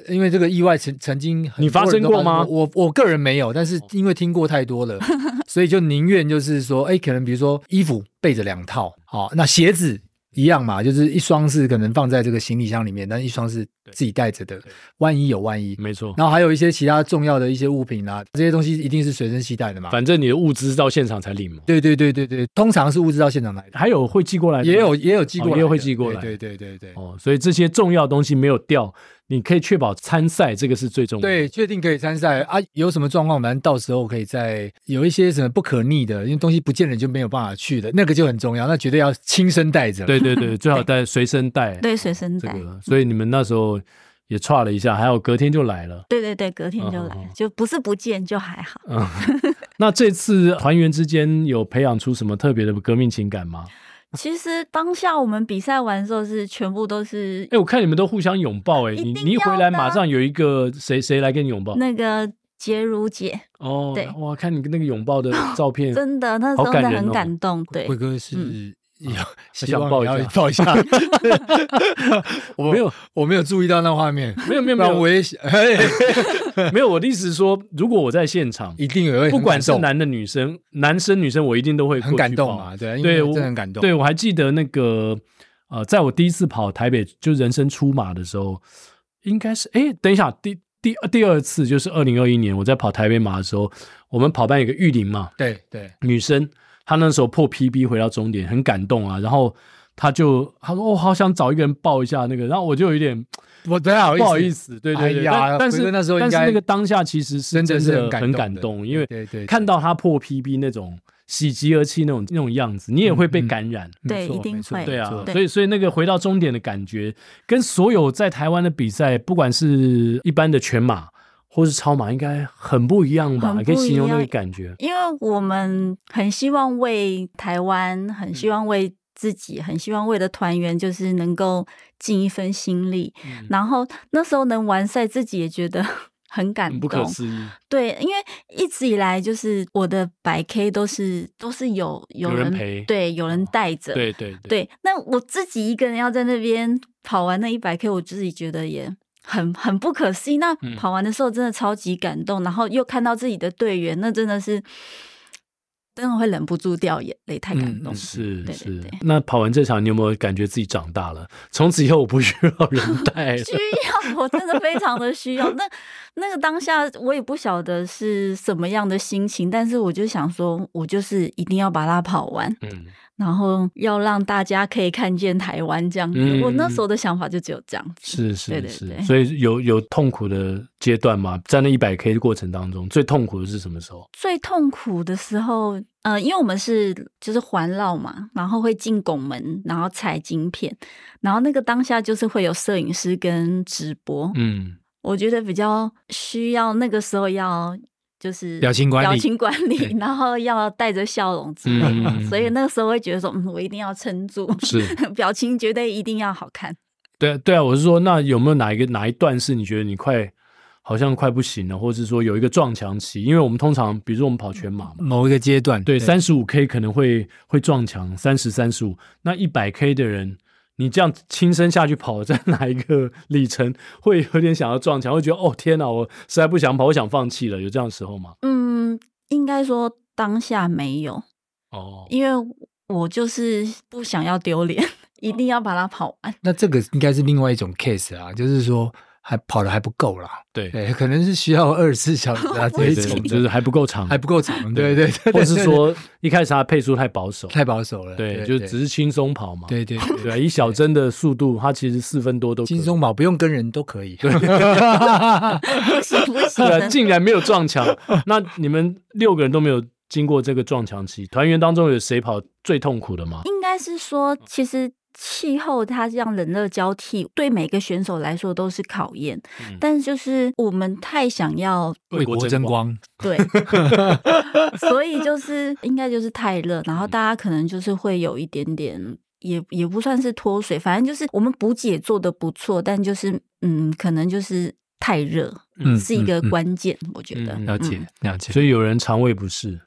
因为这个意外曾曾经很
你发
多人
生
都
过吗哦
我我个人没有，但是因为听过太 多了，所以就宁愿就是说，哎，可能比如说衣服备着两套，好、那鞋子一样嘛，就是一双是可能放在这个行李箱里面，但一双是自己带着的，万一有万一。
没错，
然后还有一些其他重要的一些物品啊，这些东西一定是随身携带的嘛。
反正你的物资到现场才领嘛。
对对对对对，通常是物资到现场来的，
还有会寄过来的吗，
也有也有寄过来
哦
的，
也有会寄过来
对对对对对。
哦，所以这些重要的东西没有掉，你可以确保参赛，这个是最重要的。
对，确定可以参赛啊！有什么状况，反正到时候可以再有一些什么不可逆的，因为东西不见了你就没有办法去的，那个就很重要，那绝对要亲身带着。
对对对，最好带随身带。
对，随身
这
带。
个，所以你们那时候也差了一下，还有隔天就来了。
对对对，隔天就
嗯
来，
嗯嗯
就不是不见就还好。
嗯，那这次团员之间有培养出什么特别的革命情感吗？
其实当下我们比赛完之后是全部都是
哎、我看你们都互相拥抱、哎，
一
你
定
你一回
要
来
的
马
啊
上有一个谁谁来跟你拥抱
那个洁如姐，
哦
对，
哇，看你那个拥抱的照片，
真的那
嗯好
真的
感人
很
哦
感动。对
贵，哥是
嗯
有希
啊想
望
抱
你要
一下
抱 一下，我
没有
我没有注意到 那画面，
没有没有
不
没
然我
有
也想，嘿嘿嘿
没有，我的意思是说，如果我在现场，
一定也会
不
很
管
感
是
动，
男的女生，男生女生，我一定都会
很
过
感
去
动啊
抱
嘛，对，因为
对，我
真的很感动。
对我还记得那个呃，在我第一次跑台北就人生出马的时候，应该是哎，等一下，第第第二次就是二零二一年我在跑台北马的时候，我们跑班有个玉林嘛，
对对，
女生，她那时候破 PB 回到终点，很感动啊，然后。她就她说我、哦好想找一个人抱一下那个，然后我就有一点
我不太好意
不
思，
好意思，对对对，
哎呀
但但
辉
是
哥那时候
但
应
是
该
那个当下其实是
真的是
的
很感
很
动
感
的
动，因为
对对对
看到她破 PB 那种喜极而泣那种那种样子，你也会被
嗯嗯
感染，
对
没错
一定
没错
会
对啊，
对
所以所以那个回到终点的感觉，跟所有在台湾的比赛，不管是一般的全马或是超马，应该很不一样吧？
很不
你可以形容那
一
个
样
感觉。
因为我们很希望为台湾，
嗯
很希望为自己，很希望为的团员，就是能够尽一份心力。
嗯
然后那时候能完赛，自己也觉得 很
嗯
感
嗯
很不可
动。
思议，
对，因为一直以来就是我的百 K 都是都是有有
有人陪哦
对，有人带着。
对对对，
对，那我自己一个人要在那边跑完那一百 K，我自己觉得也很很不可思议。那
嗯
跑完的时候真的超级感动，然后又看到自己的队员，那真的是真的会忍不住掉眼泪，太感动了。
嗯是
对对
是
对。
那跑完这场，你有没有感觉自己长大了？从此以后我不需要人带了
需要，我真的非常的需要。那那个当下，我也不晓得是什么样的心情，但是我就想说，我就是一定要把它跑完，
嗯，
然后要让大家可以看见台湾这样子。
嗯
我那时候的想法就只有这样子。
是是
对对
是，
对
所以有有痛苦的阶段吗？在那一百 K 的过程当中，最痛苦的是什么时候？
最痛苦的时候，呃，因为我们是就是环绕嘛，然后会进拱门，然后踩晶片，然后那个当下就是会有摄影师跟直播，
嗯，
我觉得比较需要那个时候要就是
表情管理
表情管
对
理，然后要带着笑容之类的，
嗯
所以那个时候会觉得说，嗯，我一定要撑住，
是
表情绝对一定要好看。
对啊对啊，我是说，那有没有哪一个哪一段是你觉得你快好像快不行了，或者是说有一个撞墙期？因为我们通常，比如说我们跑全马
嗯
嘛，
某一个阶段，
对，三十五 K 可能会会撞墙，三十、三十五，那一百 K 的人，你这样亲身下去跑，在哪一个里程 会有点想要撞墙，会觉得哦天哪，我实在不想跑，我想放弃了，有这样的时候吗？
嗯，应该说当下没有，
哦，
因为我就是不想要丢脸， 一定要把它跑完。
那这个应该是另外一种 case 啊，就是说还跑的还不够啦，
对
对，可能是需要二十四小时啊这
对
一
对，
种的，
就是还不够长，
还不够长，
对
对对对，
或
对
是
对
说一开始他的配速太保守，
太保守了，
对，就只
是
是轻松跑嘛，
对对 对
对啊，以小珍的速度，她其实四分多都可以
轻。松跑，不用跟人都可以，
不行不行
啊
对啊，，竟然没有撞墙，那你们六个人都没有经过这个撞墙期，团员当中有谁跑最痛苦的吗？
应该是说，其实气候它这样冷热交替，对每个选手来说都是考验。
嗯
但就是我们太想要
为国争光，
光，
对，所以就是应该就是太热，然后大家可能就是会有一点点。也也不算是脱水，反正就是我们补给做的不错，但就是嗯，可能就是太热、
嗯
是一个
嗯嗯
关键，我觉得。
嗯
了解了解，
所以有人肠胃不适，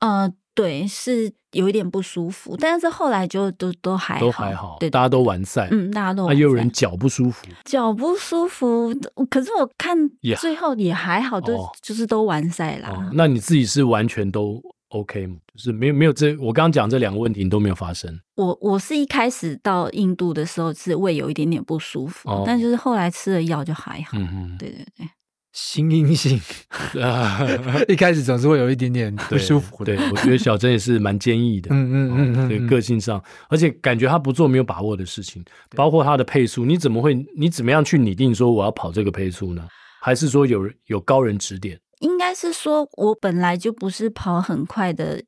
呃，对，是有一点不舒服，但是后来就都都还好
都还好，
对，
大家都完赛，
嗯，大家都
那
完
也有
赛
人脚不舒服，
脚不舒服，可是我看
也
最后也还好，就
哦
就是都完赛啦。
哦，那你自己是完全都 OK 吗？就是没有没有这我刚刚讲这两个问题你都没有发生，
我我是一开始到印度的时候是胃有一点点不舒服，
哦
但就是后来吃了药就还好。
嗯
对对对，
心阴性，
嗯，啊
一开始总是会有一点点不舒服的。
对，我觉得小珍也是蛮坚毅的，哦
嗯嗯嗯嗯
对
嗯，
个性上，而且感觉他不做没有把握的事情，包括他的配速，你怎么会你怎么样去拟定说我要跑这个配速呢？还是说有有高人指点？
应该是说我本来就不是跑很快的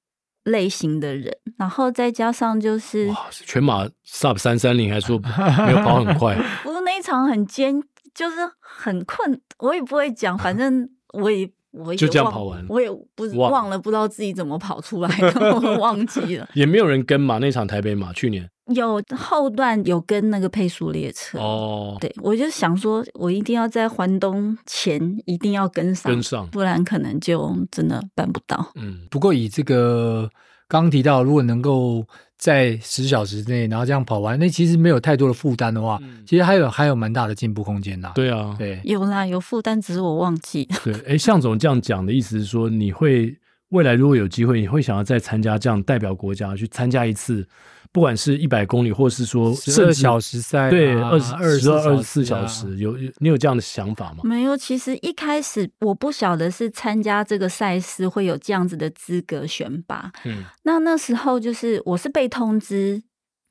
类型的人，然后再加上就是
哇，全马 sub 三三零还说没有跑很快，
不是那一场很艰，就是很困，我也不会讲，反正我也。我也
就这样
忘
跑完了
我也不知
忘了
忘了，不知道自己怎么跑出来 的，我忘记了。
也没有人跟嘛。那场台北马去年
有后段有跟那个配速列车，
哦，
对我就想说，我一定要在环东前一定要跟上，
跟上
不然可能就真的办不到。
嗯，
不过以这个刚刚提到，如果能够在十小时之内，然后这样跑完，那其实没有太多的负担的话，
嗯
其实还有还有蛮大的进步空间啦。
对啊，
对，
有啦，有负担，只是我忘记。
对，哎，向总这样讲的意思是说，你会未来如果有机会，你会想要再参加这样代表国家去参加一次，不管是一百公里，或是说
十
甚
二
至
小时赛啊，
对，二十
二
十二二十四
四
小
啊
时，，有有你有这样的想法吗？
没有，其实一开始我不晓得是参加这个赛事会有这样子的资格选拔。
嗯，
那那时候就是我是被通知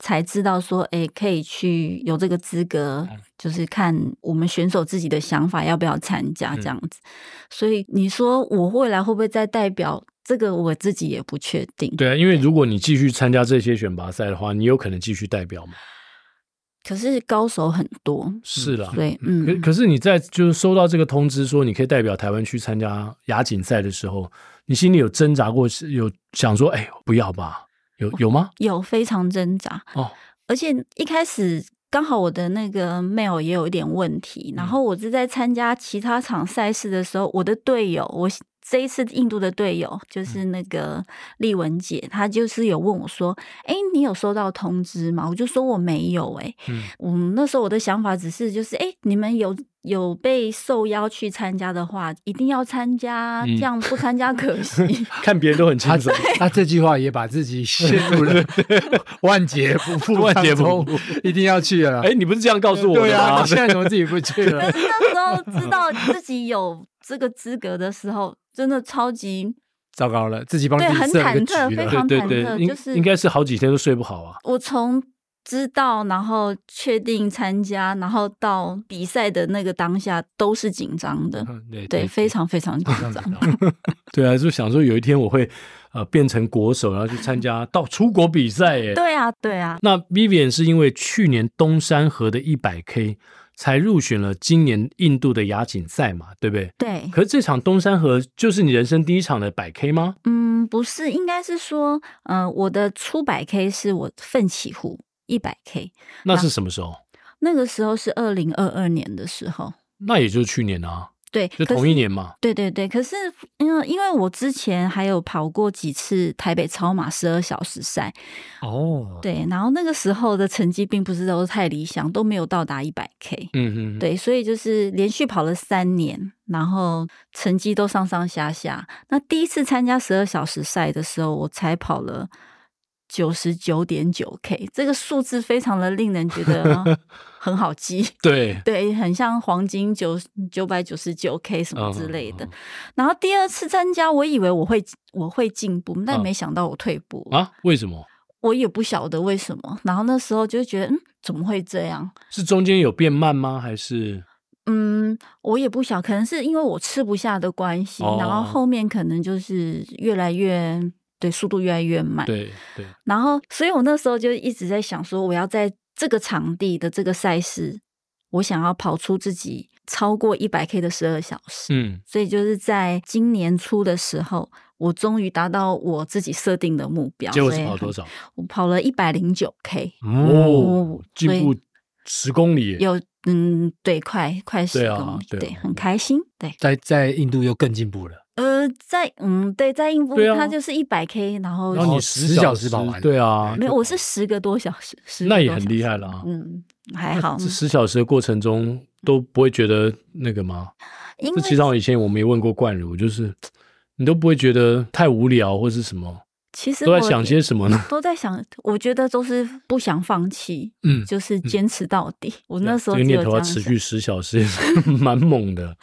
才知道说，哎，可以去有这个资格，
嗯
就是看我们选手自己的想法要不要参加
嗯
这样子。所以你说我未来会不会再代表这个，我自己也不确定。
对啊，因为如果你继续参加这些选拔赛的话，你有可能继续代表嘛。
嗯
可是高手很多，
是啦，
对，
可
嗯，
可是你在就是收到这个通知说你可以代表台湾去参加亚锦赛的时候，你心里有挣扎过，是有想说，哎，不要吧？有有吗？
有非常挣扎。
哦，
而且一开始刚好我的那个 mail 也有一点问题，
嗯
然后我是在参加其他场赛事的时候，我的队友，我这一次印度的队友就是
嗯
那个丽文姐，她就是有问我说：“哎、你有收到通知吗？”我就说我没有、诶
嗯
嗯，那时候我的想法只是就是，哎、你们有有被受邀去参加的话，一定要参加啊，
嗯
这样不参加可惜。
看别人都很轻
他
松，
他这句话也把自己陷入了 万劫不复
万劫不
当中一定要去了啦。
哎，你不是这样告诉我
对
的
啊，
吗
你？现在怎么自己不去 了
但？是那时候知道自己有这个资格的时候，真的超级
糟糕了，自己帮自
对
己
很
设了个
忐忑
局
非
了
常。
对 对
忐忑
对，应
就是
应该是好几天都睡不好啊。
我从知道，然后确定参加，然后到比赛的那个当下都是紧张的，
嗯对
对，非常非常紧
这样子
张。
对啊，就想说有一天我会呃变成国手，然后去参 加到出国比赛耶。
对啊，对啊，
那 Vivian 是因为去年东山河的一百 K 才入选了今年印度的亚锦赛嘛，对不对？
对，
可是这场东山河就是你人生第一场的百 K 吗？
嗯，不是，应该是说，呃，我的初百 K 是我奋起湖一百 K，
那是什么时候？
那个时候是二零二二年的时候，
那也就是去年啊，
对，
就
可
同
是
一年嘛。
对对对，可是因为因为我之前还有跑过几次台北超马十二小时赛，
哦，
对，然后那个时候的成绩并不是都太理想，都没有到达一百 K，
嗯嗯，
对，所以就是连续跑了三年，然后成绩都上上下下。那第一次参加十二小时赛的时候，我才跑了。九十九点九 K 这个数字非常的令人觉 得很好记，
对，
对，很像黄金九九百九十九 K 什么之类的。
嗯
然后第二次参加，我以为我会我会进步，但
嗯
没想到我退步了。
啊？为什么？
我也不晓得为什么。然后那时候就觉得，嗯，怎么会这样？
是中间有变慢吗？还是
嗯，我也不想，可能是因为我吃不下的关系，
哦
然后后面可能就是越来越对速度越来越慢，
对对，
然后所以我那时候就一直在想说，我要在这个场地的这个赛事，我想要跑出自己超过一百 K 的十二小时，
嗯，
所以就是在今年初的时候，我终于达到我自己设定的目标，
结果
所
是
以
跑多少？
我跑了一百零九 K，
哦
哦，
进
所以
步十公里耶，
有嗯，对，快快十
对啊
公里，
对啊
对，很开心，对。
在在印度又更进步了。
呃，在嗯，对，在印度
对啊
它就是一百 K，然后
然后你
哦
十
10小时跑完
对啊，
没有，我是十个多小时，十
那
个
也
多
很
小
厉
时
害了啊
嗯，还好
这，十小时的过程中都不会觉得那个吗？
因
这
为
其实上我以前我没问过冠如，就是你都不会觉得太无聊或是什么，
其实
都在
我
想些什么呢？
都在想，我觉得都是不想放弃，
嗯
就是坚持到底。我 那时候
啊这个
只有
念头
这
要
样
持
想
续十小时也 是蛮猛的，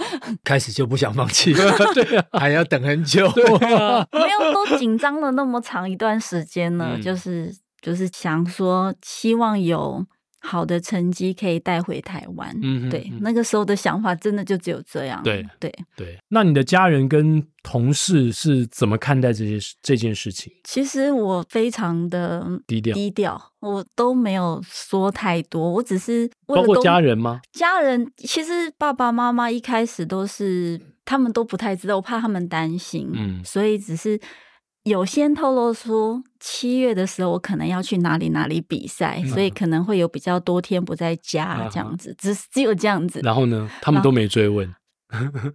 开始就不想放 弃，
对啊，
还要等很久。
对啊，
没有都紧张了那么长一段时间了，
嗯
就是就是想说，希望有好的成绩可以带回台湾。
嗯哼
对
嗯，
那个时候的想法真的就只有这样。
对
对，
对。那你的家人跟同事是怎么看待这些事这件事情？
其实我非常的
低调
低调，我都没有说太多，我只是为
包
了
括
工
家人吗？
家人其实爸爸妈妈一开始都是，他们都不太知道，我怕他们担心，
嗯
所以只是有先透露说，七月的时候我可能要去哪里哪里比赛，所以可能会有比较多天不在家
嗯
这样子，只只有这样子，
然后呢，他们都没追问，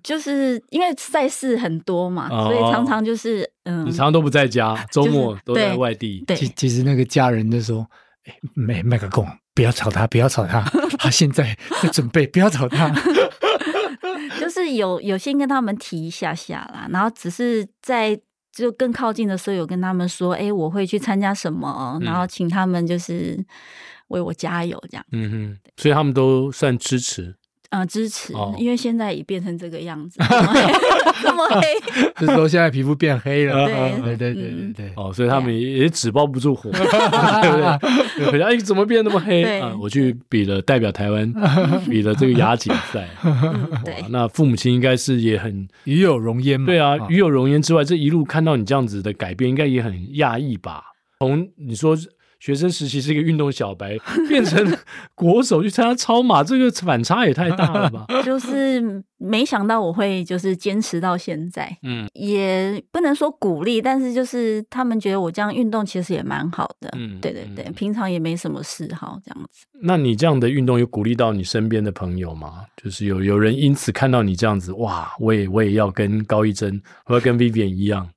就是因为赛事很多嘛，
哦
所以常常就是嗯
你，常常都不在家，周
就是
末都在
对
外地。
对
其其实那个家人就说：“哎，麦麦克贡，不要吵他，不要吵 他，他现在在准备，不要吵他。
就是有有先跟他们提一下下啦，然后只是在就更靠近的时候有跟他们说，哎、我会去参加什么，
嗯
然后请他们就是为我加油这样，
嗯哼，所以他们都算支持。
呃，支持，
哦
因为现在已变成这个样子，这么黑 这么黑，”
就是说现在皮肤变黑了。啊
对
对对对对
嗯
对。
哦，所以他们也也纸包不住 火，对不对？回家哎，怎么变那么黑？
对
啊，我去比了代表台 湾，比了这个亚锦赛。
嗯，
哇
对，
那父母亲应该是也很
鱼有容焉嘛。
对啊，与有容颜之外，这一路看到你这样子的改变，应该也很讶异吧？从你说学生时期是一个运动小白，变成国手去参加超马，这个反差也太大了吧？
就是没想到我会就是坚持到现在，
嗯
也不能说鼓励，但是就是他们觉得我这样运动其实也蛮好的，
嗯
对对对，
嗯
平常也没什么嗜好这样子。
那你这样的运动有鼓励到你身边的朋友吗？就是有有人因此看到你这样子，哇，我也我也要跟高一真，我要跟 Vivian 一样。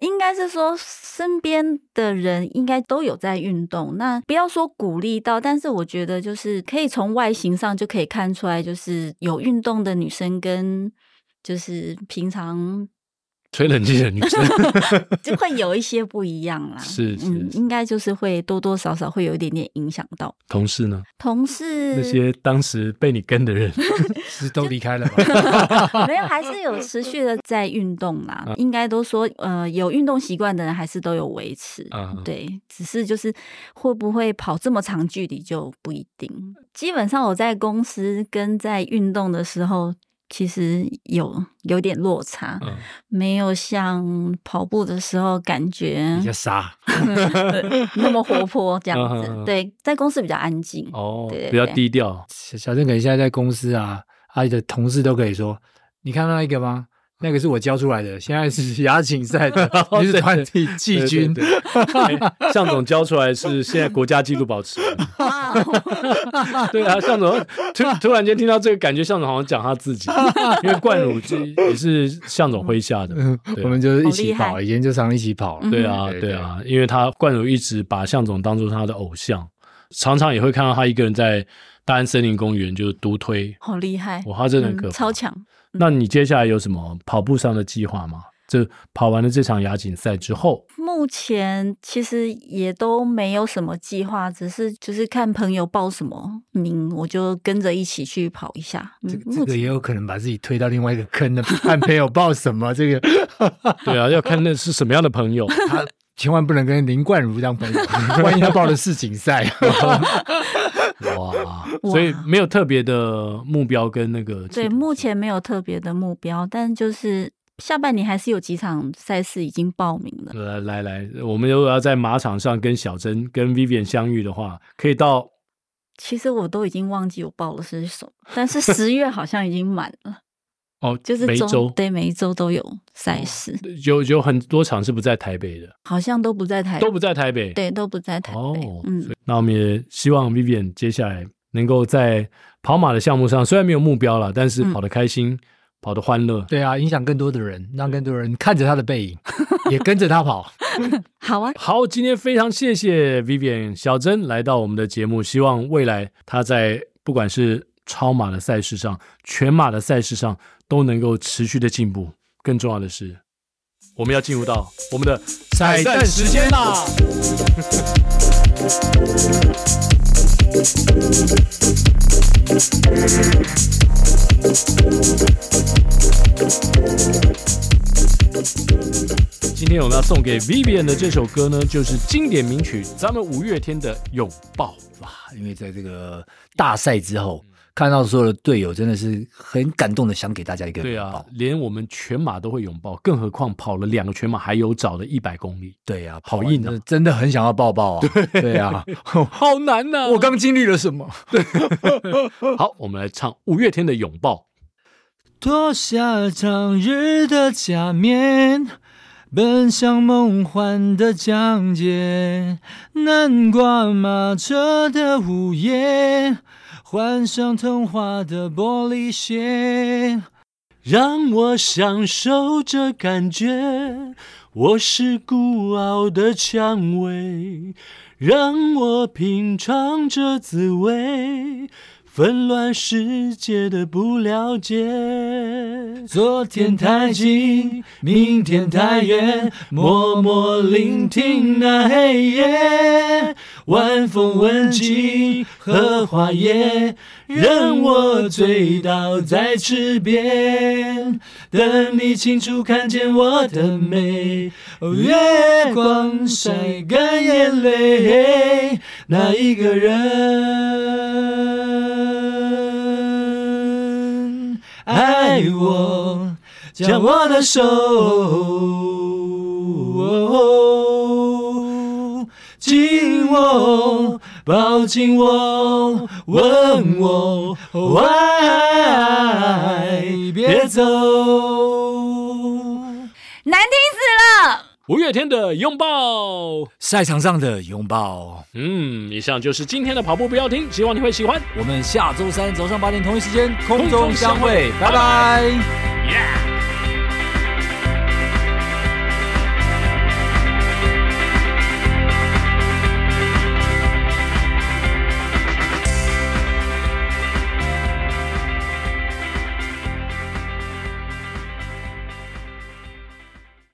应该是说身边的人应该都有在运动，那不要说鼓励到，但是我觉得就是可以从外形上就可以看出来，就是有运动的女生跟就是平常
吹冷气的女 生，
就会有一些不一样啦。
是是
嗯，
是
应该就是会多多少少会有一点点影响到
同事呢？
同
那
事，
些当时被你跟的 人，
是都离开了啊吧？
没有还是有持续的在运动啦。
啊
应该都说，呃，有运动习惯的人还是都有维持。
嗯
对，只是就是会不会跑这么长距离就不一定。基本上我在公司跟在运动的时候，其实有有点落差，
嗯
没有像跑步的时候感觉
比较傻，
嗯那么活泼这样
嗯嗯嗯
子。对，在公司比较安静。
哦
对，对
比较
对
低调，
小小郑可能现在在公司啊，阿姨的同事都可以说：“你看到那一个吗？那个是我教出来的，现在是亚锦赛 的，
哦
你是团体季军。
对对对哎向总教出来是现在国家纪录保 持人。
哇，
对啊，向总突突然间听到这个，感觉向总好像讲他自己，因为冠儒这也是向总麾下的嘛。
嗯
对啊
我们就是一起
好厉
跑，
害
以前就常一起跑了。
嗯
对啊，
对
对啊，因为他冠儒一直把向总当做他的偶像，常常也会看到他一个人在大安森林公园就是独推，
好厉害！
哇，他真的很可
嗯
怕
超强。
那你接下来有什么跑步上的计划吗？这跑完了这场亚锦赛之 后，
目前其实也都没有什么计划，只是就是看朋友报什么名，我就跟着一起去跑一下。嗯
这个
目
这个
前
也有可能把自己推到另外一个 坑的，看朋友报什么，这个
对啊，要看那是什么样的朋友。
他
千万不能跟林冠儒当朋 友，万一他报了世锦赛。
哇，所以没有特别的目标跟那个
对，目前没有特别的目标，但就是下半年还是有几场赛事已经报名了。
来来来，我们如果要在马场上跟小珍、跟 Vivian 相遇的话，可以到
其实我都已经忘记我报了是什么，但是十月好像已经满了，
哦，
就是
梅
中
州
对每一周都有赛事，
有有很多场是不在台北的，
好像都不在台
都不在台北。
对都不在台北。
哦，
嗯，
那我们也希望 Vivian 接下来能够在跑马的项目上，虽然没有目标了，但是
嗯
跑得开心，跑得欢乐。
对啊，影响更多的人，让更多人看着他的 背影，也跟着他跑。
好啊，
好，今天非常谢谢 Vivian 小珍来到我们的节目，希望未来她在不管是超马的赛事上、全马的赛事上都能够持续的进步。更重要的是，我们要进入到我们的彩蛋时间啦！ 今天我们要送给 Vivian 的这首歌呢，就是经典名曲，咱们五月天的《拥抱》啦。
因为在这个大赛之后，看到所有的队友真的是很感动的，想给大家一个
对
拥
啊
抱，
连我们全马都会拥抱，更何况跑了两个全马还有找的一百公里，
对啊，
好硬啊
跑完真的很想要抱抱啊！对 啊，
好难啊呐、
我刚经历了什么？
好，我们来唱五月天的《拥抱》。
脱下长日的假面，奔向梦幻的疆界，南瓜马车的午夜，换上童话的玻璃鞋，让我享受这感觉。我是孤傲的蔷薇，让我品尝这滋味。纷乱世界的不了解。昨天太近，明天太远，默默聆听那黑夜。晚风吻尽荷花叶，任我醉倒在池边，等你清楚看见我的美。哦月光晒干眼泪，那一个人爱我，将我的手。紧我，抱紧我，吻我，哦爱，别走。
难听死了。
五月天的拥抱，
赛场上的拥抱，
嗯，以上就是今天的跑步不要停，希望你会喜欢。
我们下周三早上八点同一时间空
中
中
相
相
会
会，
拜
拜拜
Yeah。